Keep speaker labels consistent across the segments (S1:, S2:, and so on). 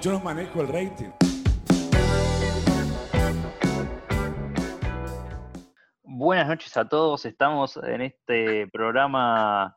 S1: solo manejo el rating.
S2: Buenas noches a todos, estamos en este programa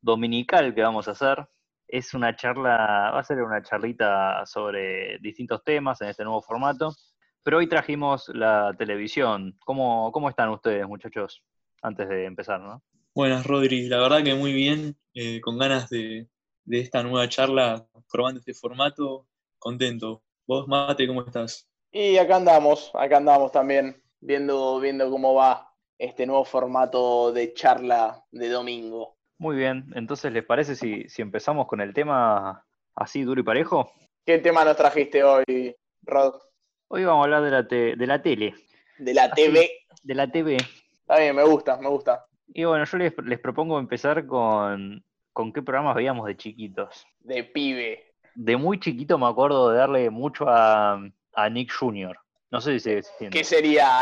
S2: dominical que vamos a hacer. Es una charla, va a ser una charlita sobre distintos temas en este nuevo formato. Pero hoy trajimos la televisión. ¿Cómo, cómo están ustedes, muchachos? Antes de empezar, ¿no?
S3: Buenas, Rodri. La verdad que muy bien, eh, con ganas de, de esta nueva charla, probando este formato, contento. Vos, Mate, ¿cómo estás?
S4: Y acá andamos, acá andamos también, viendo, viendo cómo va este nuevo formato de charla de domingo.
S2: Muy bien, entonces, ¿les parece si, si empezamos con el tema así duro y parejo?
S4: ¿Qué tema nos trajiste hoy, Rod?
S2: Hoy vamos a hablar de la, te- de la tele,
S4: De la
S2: Así.
S4: TV.
S2: de la TV.
S4: Está bien, me gusta, me gusta.
S2: Y bueno, yo les, les propongo empezar con, con qué programas veíamos de chiquitos.
S4: De pibe.
S2: De muy chiquito me acuerdo de darle mucho a, a Nick Jr. No sé si se
S4: ¿Qué
S2: entiende.
S4: sería?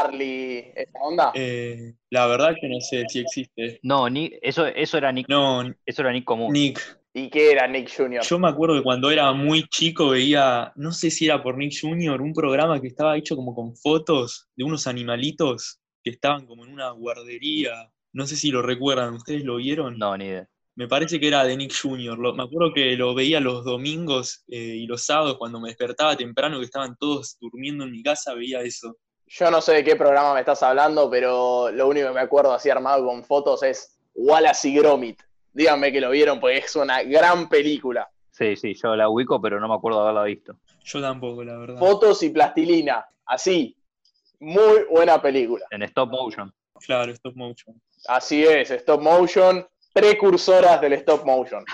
S4: iCarly, esa onda.
S3: Eh, la verdad que no sé si existe.
S2: No, Nick- eso, eso era Nick,
S3: No,
S2: eso era Nick común.
S3: Nick.
S4: ¿Y qué era Nick Jr.?
S3: Yo me acuerdo que cuando era muy chico veía, no sé si era por Nick Jr., un programa que estaba hecho como con fotos de unos animalitos que estaban como en una guardería. No sé si lo recuerdan, ¿ustedes lo vieron?
S2: No, ni idea.
S3: Me parece que era de Nick Jr. Lo- me acuerdo que lo veía los domingos eh, y los sábados cuando me despertaba temprano que estaban todos durmiendo en mi casa, veía eso.
S4: Yo no sé de qué programa me estás hablando, pero lo único que me acuerdo así armado con fotos es Wallace y Gromit. Díganme que lo vieron, porque es una gran película.
S2: Sí, sí, yo la ubico, pero no me acuerdo de haberla visto.
S3: Yo tampoco, la verdad.
S4: Fotos y plastilina, así. Muy buena película.
S2: En stop motion.
S3: Claro, stop motion.
S4: Así es, stop motion, precursoras del stop motion.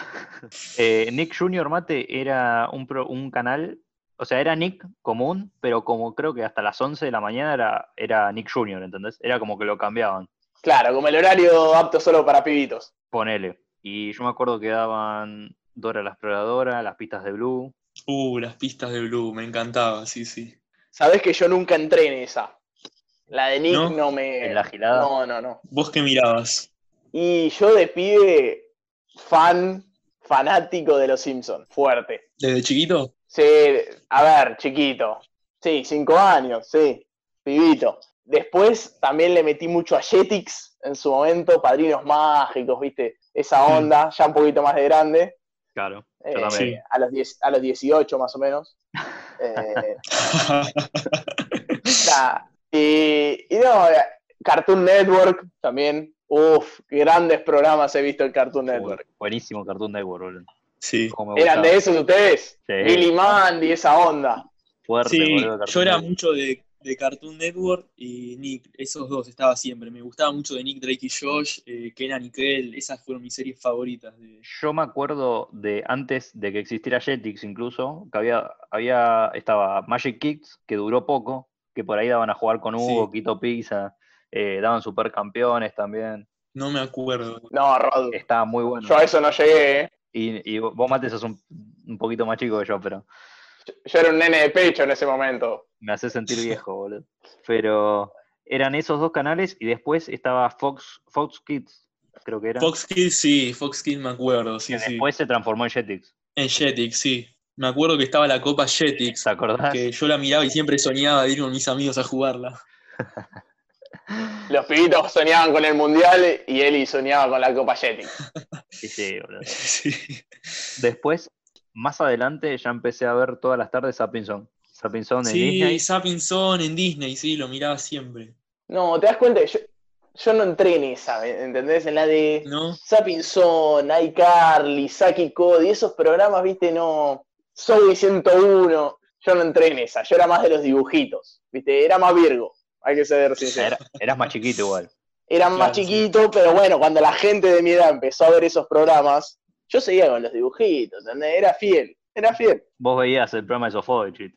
S2: Eh, Nick Jr. Mate era un, pro- un canal, o sea, era Nick común, pero como creo que hasta las 11 de la mañana era, era Nick Jr., ¿entendés? Era como que lo cambiaban,
S4: Claro, como el horario apto solo para pibitos.
S2: ponele. Y yo me acuerdo que daban Dora la Exploradora, las pistas de Blue.
S3: Uh, las pistas de Blue, me encantaba, sí, sí.
S4: Sabés que yo nunca entré en esa. La de Nick
S3: ¿No?
S4: no, me.
S2: En la gilada.
S4: no, no, no.
S3: ¿Vos qué mirabas?
S4: Y yo de pibe, fan, fanático de los Simpsons, fuerte.
S3: ¿Desde chiquito?
S4: Sí, a ver, chiquito. Sí, cinco años, sí, pibito. Después también le metí mucho a Jetix en su momento, Padrinos Mágicos, ¿viste? Esa onda, ya un poquito más de grande,
S2: Claro.
S4: eh,
S2: Mm. Yo también.
S3: Sí.
S4: a, los 10 a los 18 más o menos. Eh, Nah, Y, y no, eh, Cartoon Network también. Uf, grandes programas he visto en Cartoon Network.
S2: Bu- Buenísimo Cartoon Network, boludo.
S3: sí.
S2: Cómo me
S4: ¿Eran
S2: gustaba.
S4: de esos ustedes?
S2: Sí.
S4: Billy Mandy, esa onda.
S2: Fuerte,
S3: Sí,
S2: boludo, Cartoon
S3: yo era
S2: Network.
S3: mucho de, de Cartoon Network y Nick, esos dos estaba siempre. Me gustaba mucho de Nick Drake y Josh, eh, Kenan y Kel, esas fueron mis series favoritas. De...
S2: Yo me acuerdo de antes de que existiera Jetix incluso, que había, había, estaba Magic Kids, que duró poco, que por ahí daban a jugar con Hugo,
S3: Sí.
S2: Quito Pizza, eh, daban supercampeones también.
S3: No me acuerdo.
S4: No, Rod,
S2: Estaba muy bueno.
S4: yo a eso no llegué, ¿eh?
S2: Y, y vos, Mate, sos un, un poquito más chico que yo, pero
S4: Yo era un nene de pecho en ese momento.
S2: me hace sentir viejo, boludo. Pero eran esos dos canales y después estaba Fox, Fox Kids, creo que era.
S3: Fox Kids, sí, Fox Kids me acuerdo, sí,
S2: que
S3: sí.
S2: después se transformó en Jetix.
S3: En Jetix, sí. Me acuerdo que estaba la Copa Jetix,
S2: ¿Te acordás?
S3: que yo la miraba y siempre soñaba de ir con mis amigos a jugarla.
S4: Los pibitos soñaban con el mundial y Eli soñaba con la Copa Yeti.
S2: Sí, sí, boludo.
S3: sí.
S2: Después, más adelante, ya empecé a ver todas las tardes Sapinson. Sapinson de
S3: Sí,
S2: Disney.
S3: Sapinson en Disney, sí, lo miraba siempre.
S4: No, ¿te das cuenta? Yo, yo no entré en esa, ¿me- ¿entendés? En la de
S3: ¿No?
S4: Sapinson, iCarly, Saki Cody, esos programas, viste, no. Soy 101. Yo no entré en esa, yo era más de los dibujitos, viste, era más Virgo, hay que ser sincero.
S2: Era- eras más chiquito igual.
S4: Era más
S3: Claro, sí.
S4: chiquito, pero bueno, cuando la gente de mi edad empezó a ver esos programas, yo seguía con los dibujitos, ¿entendés? Era fiel, era fiel.
S2: Vos veías el programa de Sofovich.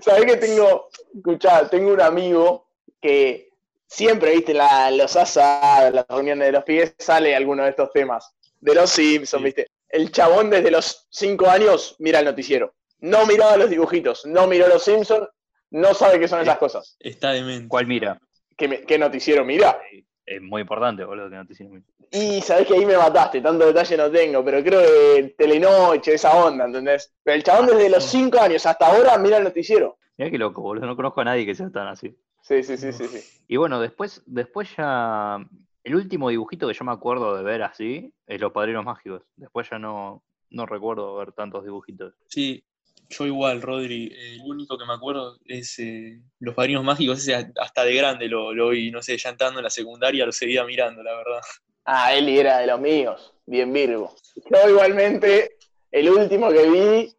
S4: Sabés que tengo, escuchá, tengo un amigo que siempre, viste, en la, los asados, las reuniones de los pibes, sale alguno de estos temas. De los Simpsons,
S3: Sí.
S4: viste. El chabón desde los 5 años mira el noticiero. No miraba los dibujitos, no miró los Simpsons, no sabe qué son esas cosas.
S3: Está demente.
S2: ¿Cuál mira?
S4: ¿Qué, me- qué noticiero mira?
S2: Es muy importante, boludo, que no te sirve.
S4: Y sabés que ahí me mataste, tanto detalle no tengo, pero creo que Telenoche, esa onda, ¿entendés? Pero el chabón desde los 5 años hasta ahora mira el noticiero.
S2: Mirá qué loco, boludo. No conozco a nadie que sea tan así.
S4: Sí, sí, sí, sí, sí.
S2: Y bueno, después, después ya. El último dibujito que yo me acuerdo de ver así es Los Padrinos Mágicos. Después ya no, no recuerdo ver tantos dibujitos.
S3: Sí, yo igual, Rodri. eh, lo único que me acuerdo es eh, Los Padrinos Mágicos, ese a- hasta de grande lo, lo vi, no sé, ya entrando en la secundaria lo seguía mirando, la verdad.
S4: Ah, Eli era de los míos, bien Virgo. Yo igualmente, el último que vi,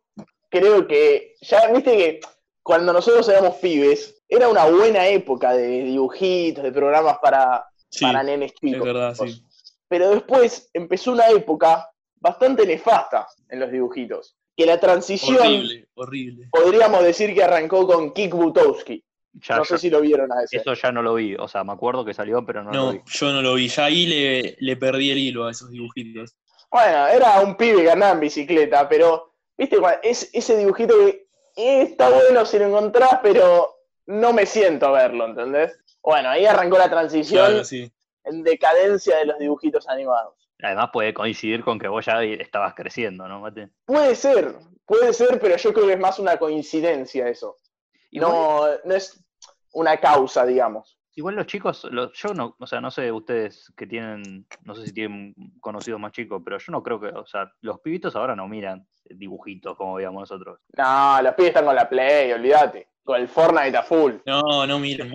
S4: creo que, ya viste que cuando nosotros éramos pibes, era una buena época de dibujitos, de programas para,
S3: Sí,
S4: para nenes
S3: es
S4: chicos.
S3: verdad, sí.
S4: Pero después empezó una época bastante nefasta en los dibujitos, que la transición,
S3: Horrible, horrible.
S4: podríamos decir que arrancó con Kik Butowski.
S2: Ya,
S4: No sé
S2: yo-
S4: si lo vieron a ese.
S2: Eso ya no lo vi. O sea, me acuerdo que salió, pero no, lo vi.
S3: No, yo no lo vi. Ya ahí le, le perdí el hilo a esos dibujitos.
S4: Bueno, era un pibe que andaba en bicicleta, pero, viste, Cua- es, ese dibujito que eh, está bueno si lo encontrás, pero no me siento a verlo, ¿entendés? Bueno, ahí arrancó la transición
S3: Claro, sí.
S4: en decadencia de los dibujitos animados.
S2: Además puede coincidir con que vos ya estabas creciendo, ¿no, Mate?
S4: Puede ser, puede ser, pero yo creo que es más una coincidencia eso. No, no es una causa, digamos.
S2: Igual los chicos, los- yo no, o sea, no sé ustedes que tienen, no sé si tienen conocidos más chicos, pero yo no creo que, o sea, los pibitos ahora no miran dibujitos como veíamos nosotros.
S4: No, los pibes están con la Play, olvídate. Con el Fortnite a full.
S3: No, no miren.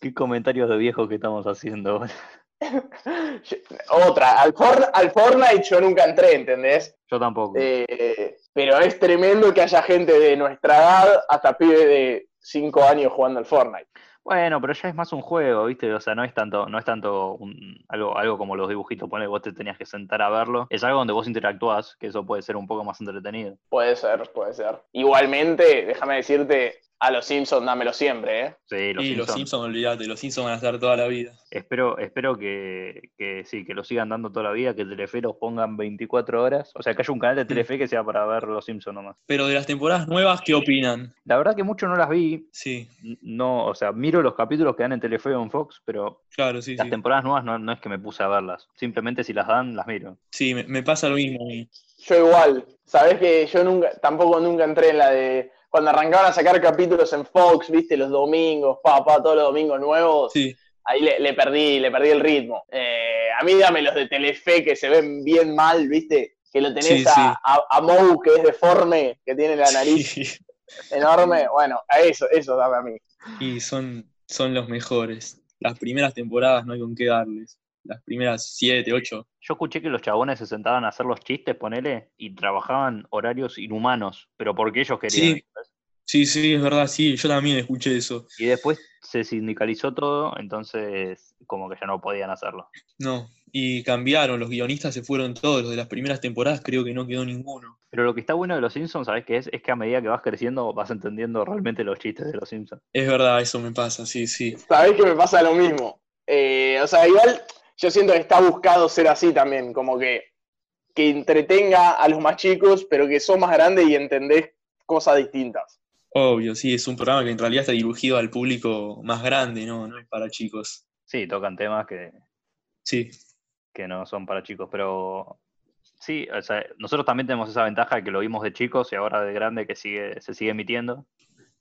S2: Qué comentarios de viejos que estamos haciendo.
S4: Yo- Otra, al, For- al Fortnite yo nunca entré, ¿entendés?
S2: Yo tampoco.
S4: Eh, pero es tremendo que haya gente de nuestra edad hasta pibe de 5 años jugando al Fortnite.
S2: Bueno, pero ya es más un juego, ¿viste? O sea, no es tanto, no es tanto un- algo, algo como los dibujitos, ponele, vos te tenías que sentar a verlo. Es algo donde vos interactuás, que eso puede ser un poco más entretenido.
S4: Puede ser, puede ser. Igualmente, déjame decirte, a los Simpsons dámelo siempre, ¿eh?
S2: Sí, los
S3: Sí, los
S2: Simpsons.
S3: Simpsons, olvídate, los Simpsons van a estar toda la vida.
S2: Espero, espero que, que sí, que lo sigan dando toda la vida, que Telefe los pongan 24 horas. O sea, que haya un canal de Telefe que sea para ver Los Simpsons nomás.
S3: Pero de las temporadas nuevas, ¿qué opinan?
S2: La verdad que mucho no las vi.
S3: Sí,
S2: n- No, o sea, miro los capítulos que dan en Telefe o en Fox, pero
S3: claro, sí,
S2: las
S3: sí.
S2: temporadas nuevas no, no es que me puse a verlas. Simplemente si las dan, las miro.
S3: Sí, me, me pasa lo mismo a mí.
S4: Yo igual, sabés que yo nunca, tampoco nunca entré en la de. Cuando arrancaban a sacar capítulos en Fox, viste, los domingos, papá, todos los domingos nuevos.
S3: Sí,
S4: Ahí le, le perdí, le perdí el ritmo. Eh, a mí dame los de Telefe que se ven bien mal, ¿viste? Que lo tenés
S3: Sí,
S4: a,
S3: sí.
S4: a- a Mou, que es deforme, que tiene la nariz
S3: sí.
S4: enorme. Bueno, a eso, eso dame a mí.
S3: Y son, son los mejores. Las primeras temporadas no hay con qué darles. Las primeras siete, ocho.
S2: Yo escuché que los chabones se sentaban a hacer los chistes, ponele, y trabajaban horarios inhumanos, pero porque ellos querían.
S3: Sí. Sí, sí, es verdad, sí, yo también escuché eso.
S2: Y después se sindicalizó todo, entonces como que ya no podían hacerlo.
S3: No, y cambiaron, los guionistas se fueron todos, los de las primeras temporadas creo que no quedó ninguno.
S2: Pero lo que está bueno de los Simpsons, ¿sabes qué es? Es que a medida que vas creciendo vas entendiendo realmente los chistes de los Simpsons.
S3: Es verdad, eso me pasa, sí, sí.
S4: Sabés que me pasa lo mismo. Eh, o sea, igual yo siento que está buscado ser así también, como que, que entretenga a los más chicos, pero que sos más grande y entendés cosas distintas.
S3: Obvio, sí, es un programa que en realidad está dirigido al público más grande, no, no es para chicos.
S2: Sí, tocan temas que,
S3: Sí,
S2: que no son para chicos, pero sí, o sea, nosotros también tenemos esa ventaja que lo vimos de chicos y ahora de grande que sigue, se sigue emitiendo.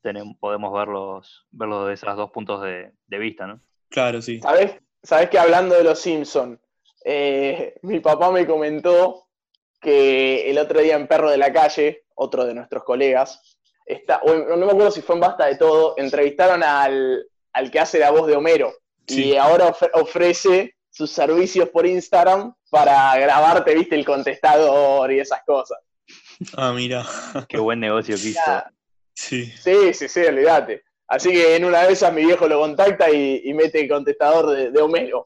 S2: Tenem- podemos verlos, verlos de esos dos puntos de, de vista, ¿no?
S3: claro, sí.
S4: ¿Sabés, ¿Sabés que hablando de los Simpson, eh, mi papá me comentó que el otro día en Perro de la Calle, otro de nuestros colegas, está, o en- no me acuerdo si fue en Basta de Todo, entrevistaron al, al que hace la voz de Homero y
S3: Sí,
S4: ahora ofre- ofrece sus servicios por Instagram para grabarte, viste, el contestador y esas cosas.
S3: ah, mira.
S2: Qué buen negocio que hizo.
S4: Ya.
S3: Sí,
S4: Sí, sí, sí, olvídate. Así que en una de esas mi viejo lo contacta y, y mete el contestador de, de Homero.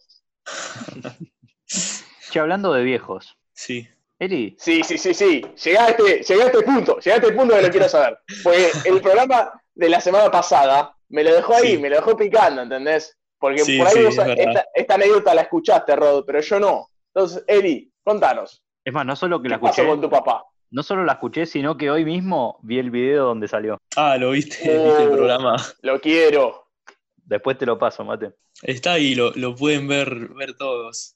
S2: Che, hablando de viejos,
S3: sí.
S2: Eli,
S4: Sí, sí, sí, sí. Llegá a este, llegá a este punto, llegá a este punto que lo quiero saber. Porque el programa de la semana pasada me lo dejó ahí,
S3: Sí.
S4: me lo dejó picando, ¿entendés? Porque
S3: Sí,
S4: por ahí
S3: sí, es
S4: vos
S3: verdad.
S4: esta, esta anécdota la escuchaste, Rod, pero yo no. Entonces, Eli, contanos,
S2: es más, no solo que la
S4: ¿qué pasó
S2: escuché,
S4: con tu papá?
S2: no solo la escuché, sino que hoy mismo vi el video donde salió.
S3: Ah, lo viste, viste el
S4: Oh.
S3: programa.
S4: Lo quiero.
S2: Después te lo paso, mate.
S3: Está ahí, lo, lo pueden ver, ver todos.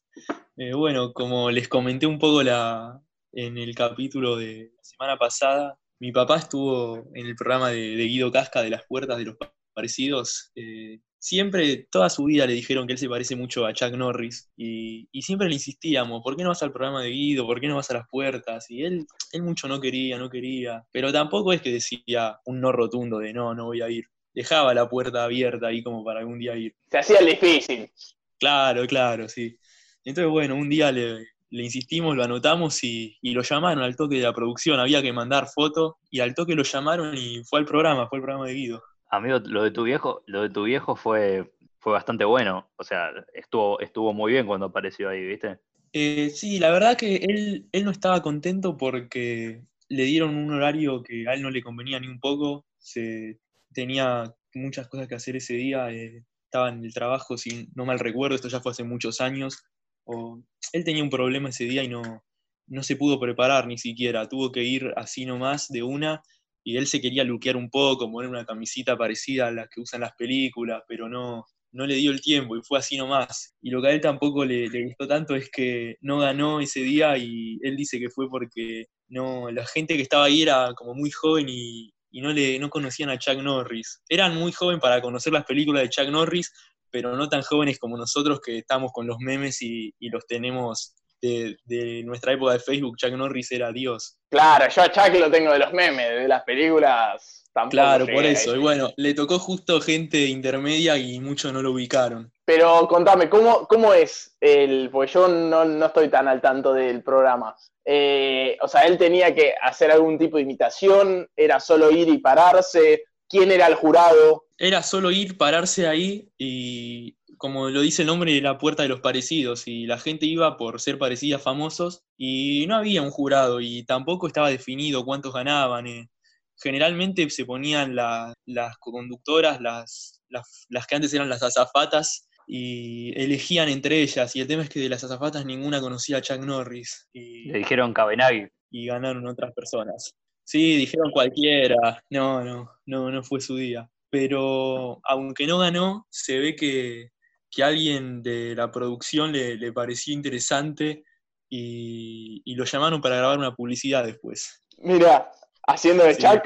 S3: Eh, bueno, como les comenté un poco la, en el capítulo de la semana pasada, mi papá estuvo en el programa de, de Guido Casca de las puertas de los parecidos. eh, siempre, toda su vida le dijeron que él se parece mucho a Chuck Norris y, y siempre le insistíamos, ¿por qué no vas al programa de Guido? ¿Por qué no vas a las puertas? Y él, él mucho no quería, no quería, pero tampoco es que decía un no rotundo de no, no voy a ir. Dejaba la puerta abierta ahí como para algún día ir.
S4: Se hacía el difícil.
S3: Claro, claro, sí. Entonces, bueno, un día le, le insistimos, lo anotamos y, y lo llamaron al toque de la producción. Había que mandar fotos y al toque lo llamaron y fue al programa, fue al programa de Guido.
S2: Amigo, lo de tu viejo, lo de tu viejo fue, fue bastante bueno. O sea, estuvo, estuvo muy bien cuando apareció ahí, ¿viste?
S3: Eh, sí, la verdad que él, él no estaba contento porque le dieron un horario que a él no le convenía ni un poco. Se, tenía muchas cosas que hacer ese día, eh, estaba en el trabajo, si no mal recuerdo, esto ya fue hace muchos años. o- él tenía un problema ese día y no, no se pudo preparar ni siquiera, tuvo que ir así nomás de una y él se quería luquear un poco, poner una camisita parecida a la que usan las películas, pero no, no le dio el tiempo y fue así nomás. Y lo que a él tampoco le, le gustó tanto es que no ganó ese día y él dice que fue porque no, la gente que estaba ahí era como muy joven y, y no, le, no conocían a Chuck Norris. Eran muy joven para conocer las películas de Chuck Norris, pero no tan jóvenes como nosotros que estamos con los memes y, y los tenemos de, de nuestra época de Facebook. Chuck Norris era Dios.
S4: Claro, yo a Chuck lo tengo de los memes, de las películas. Tampoco
S3: Claro,
S4: llegué
S3: por
S4: a
S3: eso. Y bueno, le tocó justo gente intermedia y muchos no lo ubicaron.
S4: Pero contame, ¿cómo, cómo es el.? Porque yo no, no estoy tan al tanto del programa. Eh, o sea, él tenía que hacer algún tipo de imitación, era solo ir y pararse. ¿Quién era el jurado?
S3: Era solo ir, pararse ahí y, como lo dice el nombre, la puerta de los parecidos. Y la gente iba por ser parecida a famosos y no había un jurado y tampoco estaba definido cuántos ganaban. eh. Generalmente se ponían la- las conductoras, las, las, las que antes eran las azafatas, y elegían entre ellas. Y el tema es que de las azafatas ninguna conocía a Chuck Norris. Y,
S2: Le dijeron Cabenagui.
S3: y ganaron otras personas. Sí, dijeron cualquiera. No, no, no, no fue su día. Pero aunque no ganó, se ve que, que alguien de la producción le, le pareció interesante y, y lo llamaron para grabar una publicidad después.
S4: Mira, haciendo de
S3: Sí.
S4: Chuck.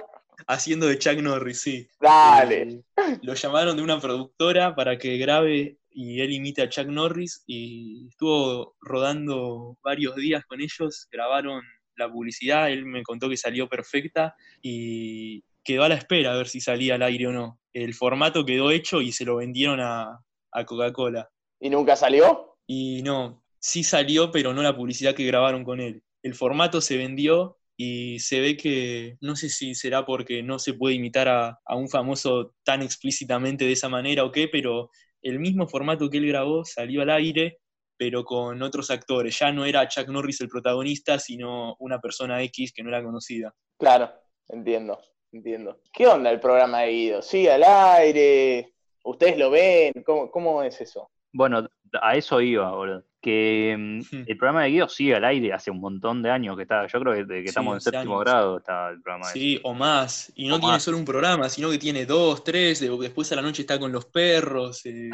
S3: Haciendo de Chuck Norris, sí.
S4: Dale.
S3: Eh, Lo llamaron de una productora para que grabe y él imite a Chuck Norris y estuvo rodando varios días con ellos, grabaron la publicidad, él me contó que salió perfecta y quedó a la espera a ver si salía al aire o no. El formato quedó hecho y se lo vendieron a, a Coca-Cola.
S4: ¿Y nunca salió?
S3: Y no, sí salió, pero no la publicidad que grabaron con él. El formato se vendió y se ve que, no sé si será porque no se puede imitar a, a un famoso tan explícitamente de esa manera o qué, pero el mismo formato que él grabó salió al aire, pero con otros actores. Ya no era Chuck Norris el protagonista, sino una persona X que no era conocida.
S4: Claro, entiendo, entiendo. ¿Qué onda el programa de Guido? ¿Sigue al aire? ¿Ustedes lo ven? ¿Cómo, cómo es eso?
S2: Bueno, a eso iba, boludo. Que mm,
S3: Ujú.
S2: el programa de Guido sigue al aire hace un montón de años que está. Yo creo que, desde que
S3: Sí,
S2: estamos en
S3: hace
S2: séptimo
S3: años.
S2: grado está el programa. ese.
S3: Sí, o más. Y no
S2: O
S3: tiene
S2: más.
S3: solo un programa, sino que tiene dos, tres, de- después a la noche está con los perros, eh,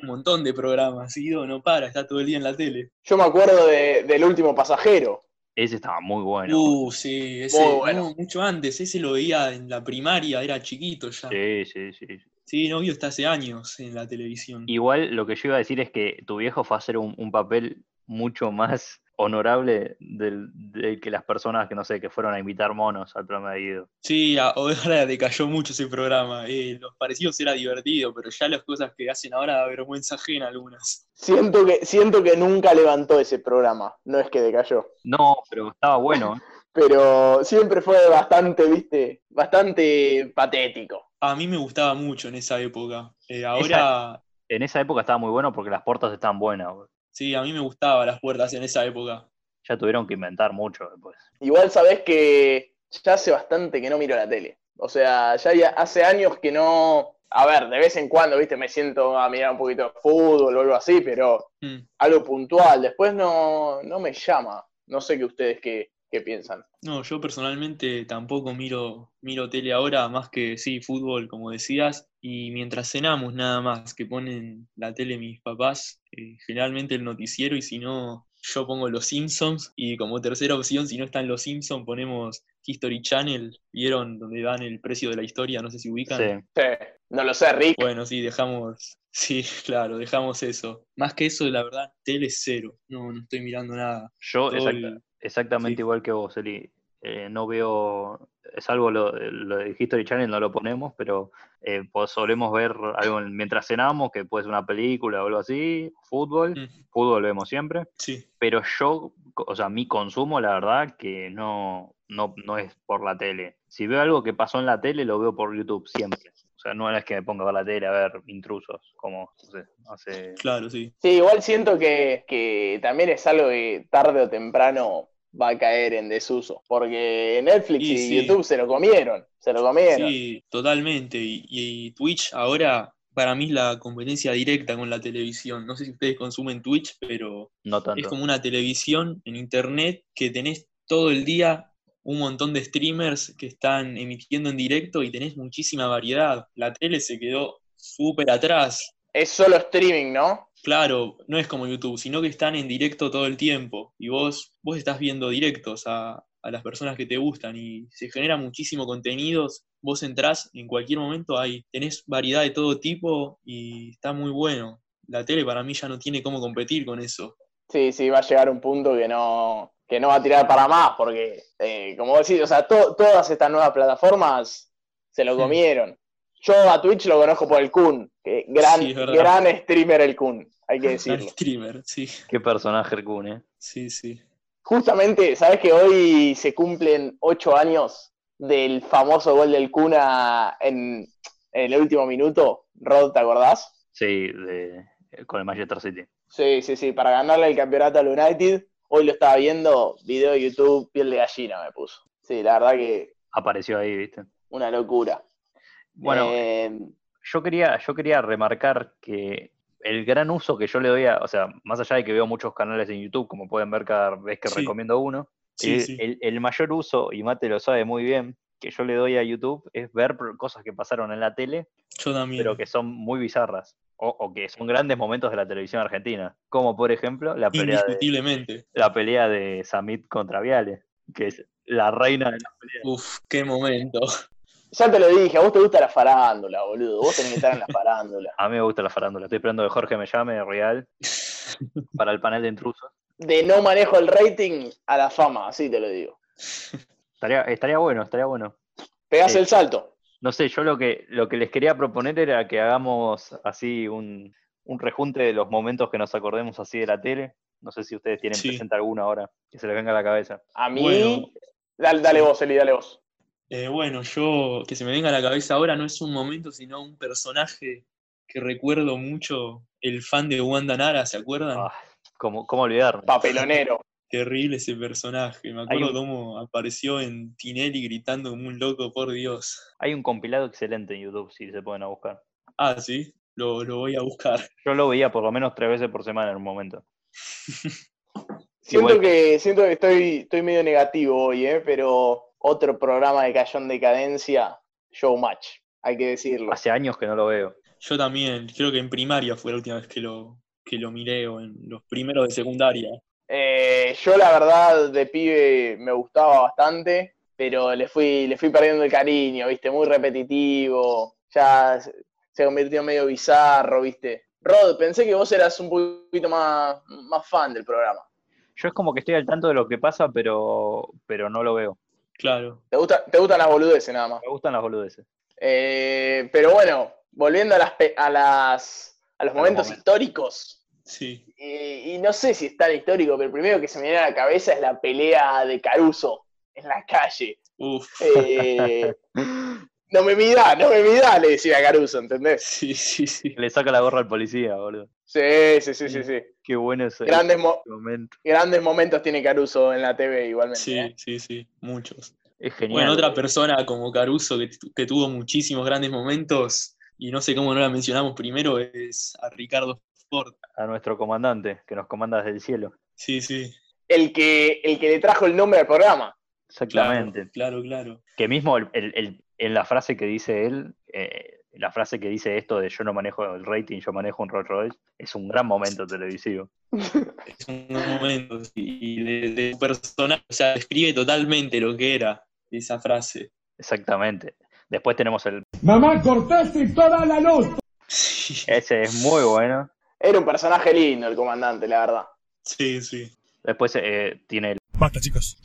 S3: un montón de programas, Guido no para, está todo el día en la tele.
S4: Yo me acuerdo de- del último pasajero.
S2: Ese estaba muy bueno.
S3: uh, sí, ese,
S4: Muy bueno.
S3: no, mucho antes, ese lo veía en la primaria, era chiquito ya. Sí,
S2: Sí, sí, sí.
S3: no Guido está hace años en la televisión.
S2: Igual lo que yo iba a decir es que tu viejo fue a hacer un, un papel mucho más honorable del, del que las personas que no sé, que fueron a invitar monos al programa de Guido.
S3: Sí, a- ahora decayó mucho ese programa. eh, los parecidos era divertido, pero ya las cosas que hacen ahora da vergüenza ajena algunas.
S4: Siento que, siento que nunca levantó ese programa, no es que decayó.
S2: No, pero estaba bueno. ¿eh?
S4: Pero siempre fue bastante, viste, bastante patético.
S3: A mí me gustaba mucho en esa época. eh, ahora.
S2: En esa época estaba muy bueno porque las puertas estaban buenas. boludo.
S3: Sí, a mí me gustaban las puertas en esa época.
S2: Ya tuvieron que inventar mucho después.
S4: Igual sabés que ya hace bastante que no miro la tele. O sea, ya, ya hace años que no. A ver, de vez en cuando, viste, me siento a mirar un poquito de fútbol o algo así, pero
S3: Mm.
S4: algo puntual. Después no, no me llama. No sé que ustedes qué, qué qué piensan.
S3: No, yo personalmente tampoco miro, miro tele ahora, más que sí, fútbol, como decías, y mientras cenamos nada más, que ponen la tele mis papás, eh, generalmente el noticiero, y si no, yo pongo Los Simpsons, y como tercera opción, si no están Los Simpsons, ponemos History Channel, vieron donde dan el precio de la historia, no sé si ubican.
S2: Sí.
S4: Sí, no lo sé, Rick.
S3: Bueno, sí, dejamos. Sí, claro, dejamos eso. Más que eso, la verdad, tele cero. No, no estoy mirando nada.
S2: Yo
S3: Todo el-
S2: exacta- exactamente
S3: sí.
S2: igual que vos, Eli. Eh, no veo, salvo lo, lo de History Channel, no lo ponemos, pero eh, pues, solemos ver algo en- mientras cenamos, que puede ser una película o algo así, fútbol,
S3: Mm.
S2: fútbol vemos siempre,
S3: Sí,
S2: pero yo, co- o sea, mi consumo, la verdad, que no, no, no es por la tele. Si veo algo que pasó en la tele, lo veo por YouTube siempre. O sea, no es que me ponga a ver la tele a ver intrusos, como no sé, hace...
S3: claro, sí.
S4: Sí, igual siento que, que también es algo que tarde o temprano va a caer en desuso, porque Netflix y,
S3: Y sí.
S4: YouTube se lo comieron, se lo comieron.
S3: Sí, totalmente. Y, y Twitch ahora, para mí, es la competencia directa con la televisión. No sé si ustedes consumen Twitch, pero
S2: No tanto.
S3: es como una televisión en internet que tenés todo el día un montón de streamers que están emitiendo en directo y tenés muchísima variedad. La tele se quedó súper atrás.
S4: Es solo streaming, ¿no?
S3: Claro, no es como YouTube, sino que están en directo todo el tiempo y vos, vos estás viendo directos a, a las personas que te gustan y se genera muchísimo contenidos. Vos entrás en cualquier momento, ahí tenés variedad de todo tipo y está muy bueno. La tele para mí ya no tiene cómo competir con eso.
S4: Sí, sí, va a llegar un punto que no, que no va a tirar para más, porque, eh, como decís, o sea, to- todas estas nuevas plataformas se lo
S3: Sí.
S4: comieron. Yo a Twitch lo conozco por el Kun, que gran,
S3: Sí, es verdad.
S4: gran streamer el Kun, hay que
S3: Gran
S4: decirlo.
S3: streamer, sí,
S2: Qué personaje el Kun, eh.
S3: sí, sí.
S4: Justamente, ¿sabes que hoy se cumplen ocho años del famoso gol del Cuna en, en el último minuto? Rod, ¿te acordás?
S2: Sí, de- con el Manchester City.
S4: Sí, sí, sí, para ganarle el campeonato al United. Hoy lo estaba viendo, video de YouTube, piel de gallina me puso. Sí, la verdad que
S2: Apareció ahí, ¿viste?
S4: una locura.
S2: Bueno,
S4: Eh,
S2: yo, quería, yo quería remarcar que el gran uso que yo le doy a, o sea, más allá de que veo muchos canales en YouTube, como pueden ver cada vez que
S3: Sí.
S2: recomiendo uno,
S3: Sí,
S2: el,
S3: sí.
S2: el- el mayor uso, y Mate lo sabe muy bien, que yo le doy a YouTube es ver pro- cosas que pasaron en la tele,
S3: Yo también.
S2: pero que son muy bizarras, o, o que son grandes momentos de la televisión argentina, como por ejemplo la pelea de,
S3: Indiscutiblemente.
S2: la pelea de Samit contra Viale, que es la reina de la
S3: Uf, qué momento.
S4: ya te lo dije, a vos te gusta la farándula, boludo. Vos tenés que estar en la farándula.
S2: A mí me gusta la farándula. Estoy esperando que Jorge me llame, real, para el panel de intrusos.
S4: De no manejo el rating a la fama, así te lo digo.
S2: Estaría, estaría bueno, estaría bueno.
S4: Pegás
S2: Sí.
S4: el salto.
S2: No sé, yo lo que, lo que les quería proponer era que hagamos así un, un rejunte de los momentos que nos acordemos así de la tele. No sé si ustedes tienen
S3: Sí.
S2: presente alguno ahora, que se les venga a la cabeza.
S4: A mí.
S3: Bueno.
S4: Dale, dale vos, Eli, dale vos.
S3: Eh, bueno, yo que se me venga a la cabeza ahora no es un momento, sino un personaje que recuerdo mucho, el fan de Wanda Nara, ¿se acuerdan?
S2: Ah, ¿cómo, ¿Cómo olvidarme?
S4: Papelonero.
S3: Terrible ese personaje, me
S2: Hay
S3: acuerdo
S2: un-
S3: cómo apareció en Tinelli gritando como un loco, por Dios.
S2: Hay un compilado excelente en YouTube, si se pueden a buscar.
S3: Ah, sí, lo, lo voy a buscar.
S2: Yo lo veía por lo menos tres veces por semana en un momento.
S4: Siento
S2: Igual.
S4: que, siento que estoy, estoy medio negativo hoy, ¿eh? pero otro programa de cayó en decadencia, Showmatch, hay que decirlo.
S2: Hace años que no lo veo.
S3: Yo también, creo que en primaria fue la última vez que lo, que lo miré, o en los primeros de secundaria.
S4: Eh, yo la verdad de pibe me gustaba bastante, pero le fui, le fui perdiendo el cariño, viste, muy repetitivo, ya se se convirtió en medio bizarro, viste. Rod, pensé que vos eras un poquito más, más fan del programa.
S2: Yo es como que estoy al tanto de lo que pasa, pero, pero no lo veo.
S3: Claro.
S4: Te, gusta, te gustan las boludeces nada más.
S2: Me gustan las boludeces.
S4: Eh, pero bueno, volviendo a las pe- a las a los
S2: los
S4: momentos
S2: momentos.
S4: históricos.
S3: Sí,
S4: Y, y no sé si es tan histórico, pero el primero que se me viene a la cabeza es la pelea de Caruso en la calle.
S3: uff,
S4: Eh, no me mirá, no me mirá, le decía a Caruso, ¿entendés?
S3: sí, sí, sí.
S2: Le saca la gorra al policía, boludo.
S4: Sí, sí, sí, sí, sí.
S2: Qué bueno ese
S4: Grandes, mo-
S2: momento.
S4: grandes momentos tiene Caruso en la TV igualmente.
S3: Sí,
S4: ¿eh?
S3: sí, sí, muchos.
S2: Es genial.
S3: Bueno, otra persona como Caruso que, tu- que tuvo muchísimos grandes momentos, y no sé cómo no la mencionamos primero, es a Ricardo Ford.
S2: A nuestro comandante, que nos comanda desde el cielo.
S3: Sí, sí.
S4: el que, el que le trajo el nombre al programa.
S2: Exactamente.
S3: Claro, claro.
S2: Que mismo el- el- el- en la frase que dice él, eh, la frase que dice esto de yo no manejo el rating, yo manejo un Rolls Royce, es un gran momento televisivo.
S3: Es un gran momento. sí, Y de, de su personaje, o sea, describe totalmente lo que era esa frase.
S2: Exactamente. Después tenemos el...
S1: Mamá, cortaste toda la luz.
S3: Sí,
S2: Ese es muy bueno.
S4: Era un personaje lindo el comandante, la verdad.
S3: sí. sí.
S2: Después eh, tiene el...
S1: Basta, chicos.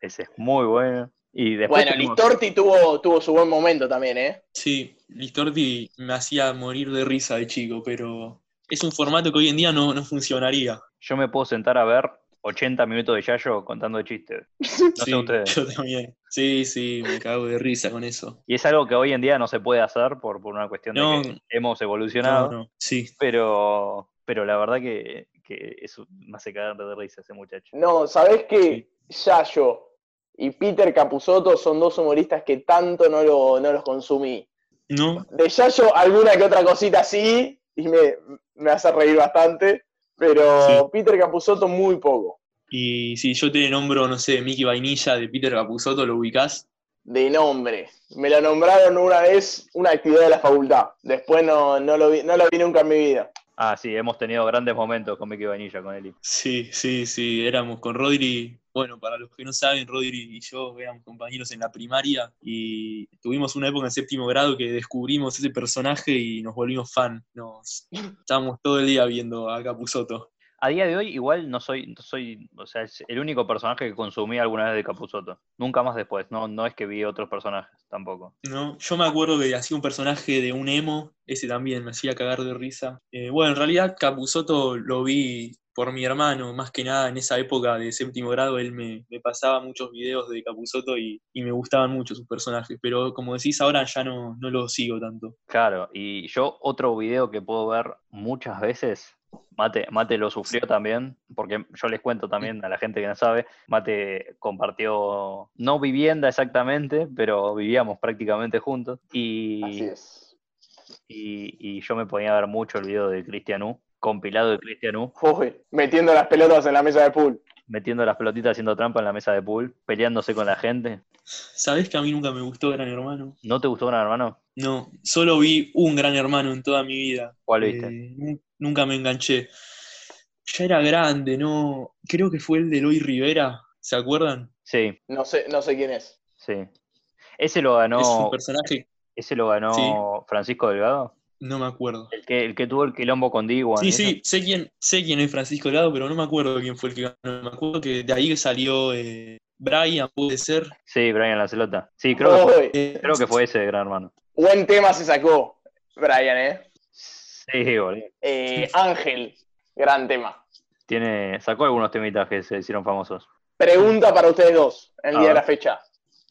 S2: Ese es muy bueno. Y después
S4: Bueno,
S2: tenemos-
S4: Listorti tuvo, tuvo su buen momento también, ¿eh?
S3: Sí, Listorti me hacía morir de risa de chico, pero es un formato que hoy en día no, no funcionaría.
S2: yo me puedo sentar a ver 80 minutos de Yayo contando chistes. No
S3: Sí,
S2: sé ustedes.
S3: Yo también. Sí, sí, me cago de risa con eso.
S2: Y es algo que hoy en día no se puede hacer por, por una cuestión
S3: No.
S2: de que hemos evolucionado.
S3: No, no, sí.
S2: Pero, pero la verdad que, que eso me hace cagar de risa ese muchacho.
S4: No, ¿sabés qué? Yayo y Peter Capusotto son dos humoristas que tanto no, lo- no los consumí.
S3: No,
S4: De Yayo alguna que otra cosita sí, y me, me hace reír bastante, pero
S3: Sí.
S4: Peter Capusotto muy poco.
S3: y si yo te nombro, no sé, Mickey Vainilla de Peter Capusotto, ¿lo ubicás?
S4: De nombre. Me lo nombraron una vez una actividad de la facultad. Después no, no, lo, vi, no lo vi nunca en mi vida.
S2: Ah, sí, hemos tenido grandes momentos con Mickey Vanilla, con Eli.
S3: Sí, sí, sí, éramos con Rodri. Bueno, para los que no saben, Rodri y yo éramos compañeros en la primaria y tuvimos una época en séptimo grado que descubrimos ese personaje y nos volvimos fan. Nos estábamos todo el día viendo a Capusotto.
S2: A día de hoy, igual no soy, no soy, o sea, es el único personaje que consumí alguna vez de Capuzotto. Nunca más después, no, no es que vi otros personajes tampoco.
S3: ¿no? Yo me acuerdo que hacía un personaje de un emo, ese también me hacía cagar de risa. Eh, bueno, en realidad Capusotto lo vi por mi hermano, más que nada en esa época de séptimo grado, él me, me pasaba muchos videos de Capusotto y, y me gustaban mucho sus personajes, pero como decís ahora ya no, no lo sigo tanto.
S2: Claro, y yo otro video que puedo ver muchas veces, Mate, Mate lo sufrió también, porque yo les cuento también a la gente que no sabe, Mate compartió, no vivienda exactamente, pero vivíamos prácticamente juntos. Y,
S4: Así es.
S2: y, y yo me ponía a ver mucho el video de Cristian U, compilado de Cristian U,
S4: Uy, metiendo las pelotas en la mesa de pool.
S2: metiendo las pelotitas haciendo trampa en la mesa de pool, peleándose con la gente.
S3: ¿Sabés que a mí nunca me gustó Gran Hermano?
S2: ¿No te gustó Gran Hermano?
S3: No, solo vi un Gran Hermano en toda mi vida.
S2: ¿Cuál viste?
S3: Eh, nun- nunca me enganché. Ya era grande, ¿no? Creo que fue el de Eloy Rivera, ¿se acuerdan?
S2: Sí,
S4: No sé, no sé quién es.
S2: sí. Ese lo
S3: Es un
S2: ganó,
S3: personaje,
S2: ese lo ganó
S3: Sí.
S2: Francisco Delgado.
S3: no me acuerdo.
S2: El que, el que tuvo el quilombo con Diwan.
S3: Sí,
S2: ¿eso?
S3: sí, sé quién, sé quién es Francisco Lado, pero no me acuerdo quién fue el que ganó. Me acuerdo que de ahí salió eh, Brian, puede ser.
S2: Sí, Brian Lancelota. Sí, creo que, fue,
S4: Uy,
S3: Eh,
S2: creo que fue ese, gran hermano.
S4: Buen tema se sacó, Brian, ¿eh?
S2: Sí, boludo.
S4: Eh, Ángel, gran tema.
S2: Tiene, sacó algunos temitas que se hicieron famosos.
S4: Pregunta para ustedes dos, en el
S2: A
S4: día de
S2: ver.
S4: la fecha.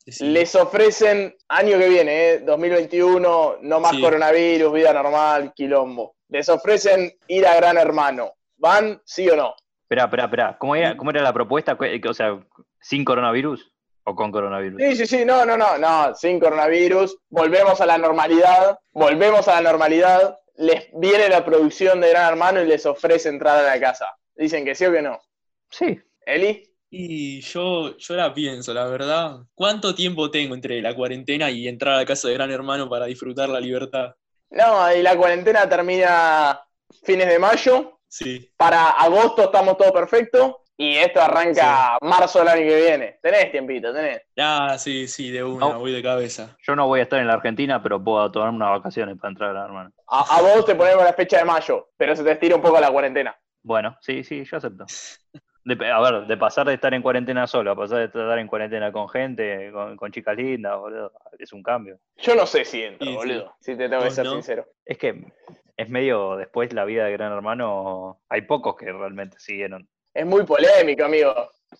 S3: sí.
S4: Les ofrecen, año que viene, ¿eh? 2021, no más
S3: Sí.
S4: coronavirus, vida normal, quilombo. Les ofrecen ir a Gran Hermano. ¿Van, sí o no?
S2: Espera, espera, espera. ¿Cómo era, ¿Cómo era la propuesta? Cu- eh, O sea, ¿sin coronavirus o con coronavirus?
S4: Sí, sí, sí, no, no, no, no, sin coronavirus. Volvemos a la normalidad, volvemos a la normalidad. Les viene la producción de Gran Hermano y les ofrece entrar a la casa. Dicen que sí o que no.
S2: Sí.
S4: ¿Eli?
S3: Y yo, yo la pienso, la verdad. ¿Cuánto tiempo tengo entre la cuarentena y entrar a la casa de Gran Hermano para disfrutar la libertad?
S4: No, y la cuarentena termina fines de mayo.
S3: Sí,
S4: Para agosto estamos todo perfecto. Y esto arranca marzo del año que viene. Tenés tiempito, tenés.
S3: ah, sí, sí, de una,
S2: No.
S3: voy de cabeza.
S2: Yo no voy a estar en la Argentina, pero puedo tomarme unas vacaciones para entrar, gran hermano.
S4: A, a vos te ponemos la fecha de mayo, pero se te estira un poco la cuarentena.
S2: Bueno, sí, sí, yo acepto. De- a ver, de pasar de estar en cuarentena solo a pasar de estar en cuarentena con gente, con, con chicas lindas, boludo, es un cambio.
S4: Yo no sé si entro,
S3: Sí, sí.
S4: boludo. Si te tengo que
S3: Vos
S4: ser
S3: no.
S4: sincero.
S2: Es que es medio después la vida de Gran Hermano, hay pocos que realmente siguieron.
S4: Es muy polémico, amigo.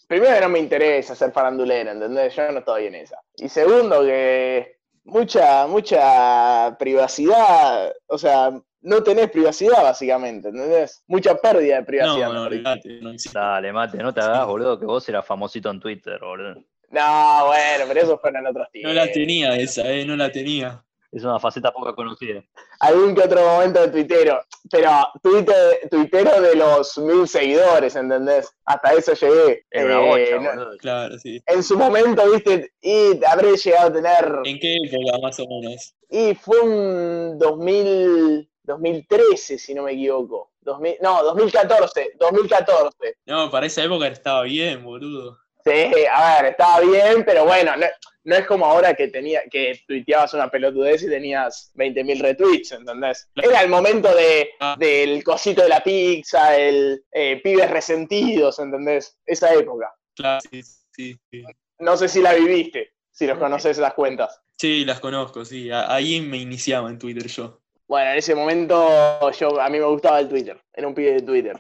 S4: Primero que no me interesa ser farandulero, ¿entendés? Yo no estoy en esa. Y segundo que mucha, mucha privacidad, o sea, no tenés privacidad básicamente, ¿entendés? Mucha pérdida de
S3: No,
S4: privacidad.
S3: no,
S4: mejor dicho.
S3: olvidate, no existe.
S2: Dale, mate, no te hagas, boludo, que vos eras famosito en Twitter, boludo.
S4: No, bueno, pero esos fueron otros
S3: No
S4: tiempos.
S3: la tenía esa, eh, no la tenía.
S2: Es una faceta poco conocida.
S4: Algún que otro momento de tuitero. Pero Twitter, tuitero de los mil seguidores, ¿entendés? Hasta eso llegué.
S2: Es una
S4: Eh,
S2: bocha,
S4: no-
S2: boludo.
S3: Claro, sí.
S4: en su momento, viste, y habré llegado a tener
S3: ¿En qué época más o menos?
S4: Y fue un 2000, 2013, si no me equivoco. 2000 no, 2014, 2014.
S3: No, para esa época estaba bien, boludo.
S4: Sí, a ver, estaba bien, pero bueno, no, no es como ahora que tenía que tuiteabas una pelotudez y tenías 20.000 retweets, ¿entendés? Era el momento de, del cosito de la pizza, el eh, pibes resentidos, ¿entendés? Esa época.
S3: Claro, sí, sí, sí.
S4: No sé si la viviste, si los conoces esas cuentas.
S3: Sí, las conozco, sí. A- Ahí me iniciaba en Twitter yo.
S4: Bueno, en ese momento yo, a mí me gustaba el Twitter, era un pibe de Twitter.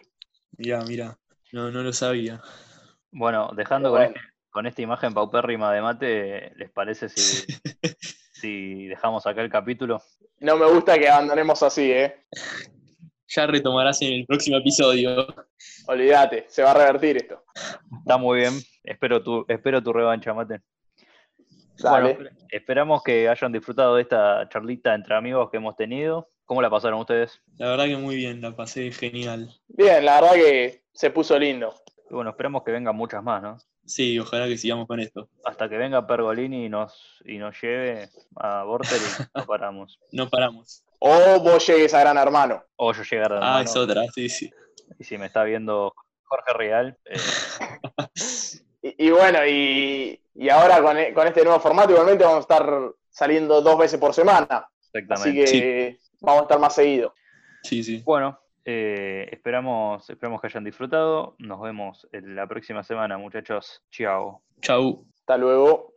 S3: Mirá, mirá. No, no lo sabía.
S2: Bueno, dejando
S4: Pero
S2: con,
S4: bueno.
S2: este- con esta imagen paupérrima de mate, ¿les parece si, si dejamos acá el capítulo?
S4: No me gusta que abandonemos así, ¿eh?
S3: Ya retomarás en el próximo episodio.
S4: Olvídate, se va a revertir esto.
S2: Está muy bien. Espero tu, espero tu revancha, mate.
S4: Dale.
S2: Bueno, esperamos que hayan disfrutado de esta charlita entre amigos que hemos tenido. ¿Cómo la pasaron ustedes?
S3: La verdad que muy bien, la pasé genial.
S4: Bien, la verdad que se puso lindo.
S2: Y Bueno, esperamos que vengan muchas más, ¿no?
S3: Sí, ojalá que sigamos con esto.
S2: Hasta que venga Pergolini y nos, y nos lleve a Bortel y nos paramos.
S3: No paramos.
S4: O Oh, vos llegues a Gran Hermano.
S2: O yo llegar a
S3: Ah, es otra, sí, sí.
S2: Y si me está viendo Jorge Real,
S4: Y, y bueno, y, y ahora con, e- con este nuevo formato igualmente vamos a estar saliendo dos veces por semana. Así
S2: exactamente.
S4: que vamos a estar más seguido.
S3: Sí, sí.
S2: Bueno, eh, esperamos, esperamos que hayan disfrutado. Nos vemos en la próxima semana, muchachos. Chao.
S3: Chau.
S4: Hasta luego.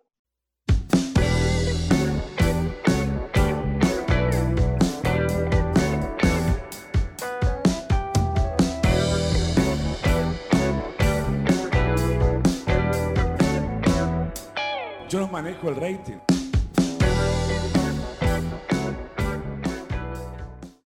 S1: Yo no manejo el rating.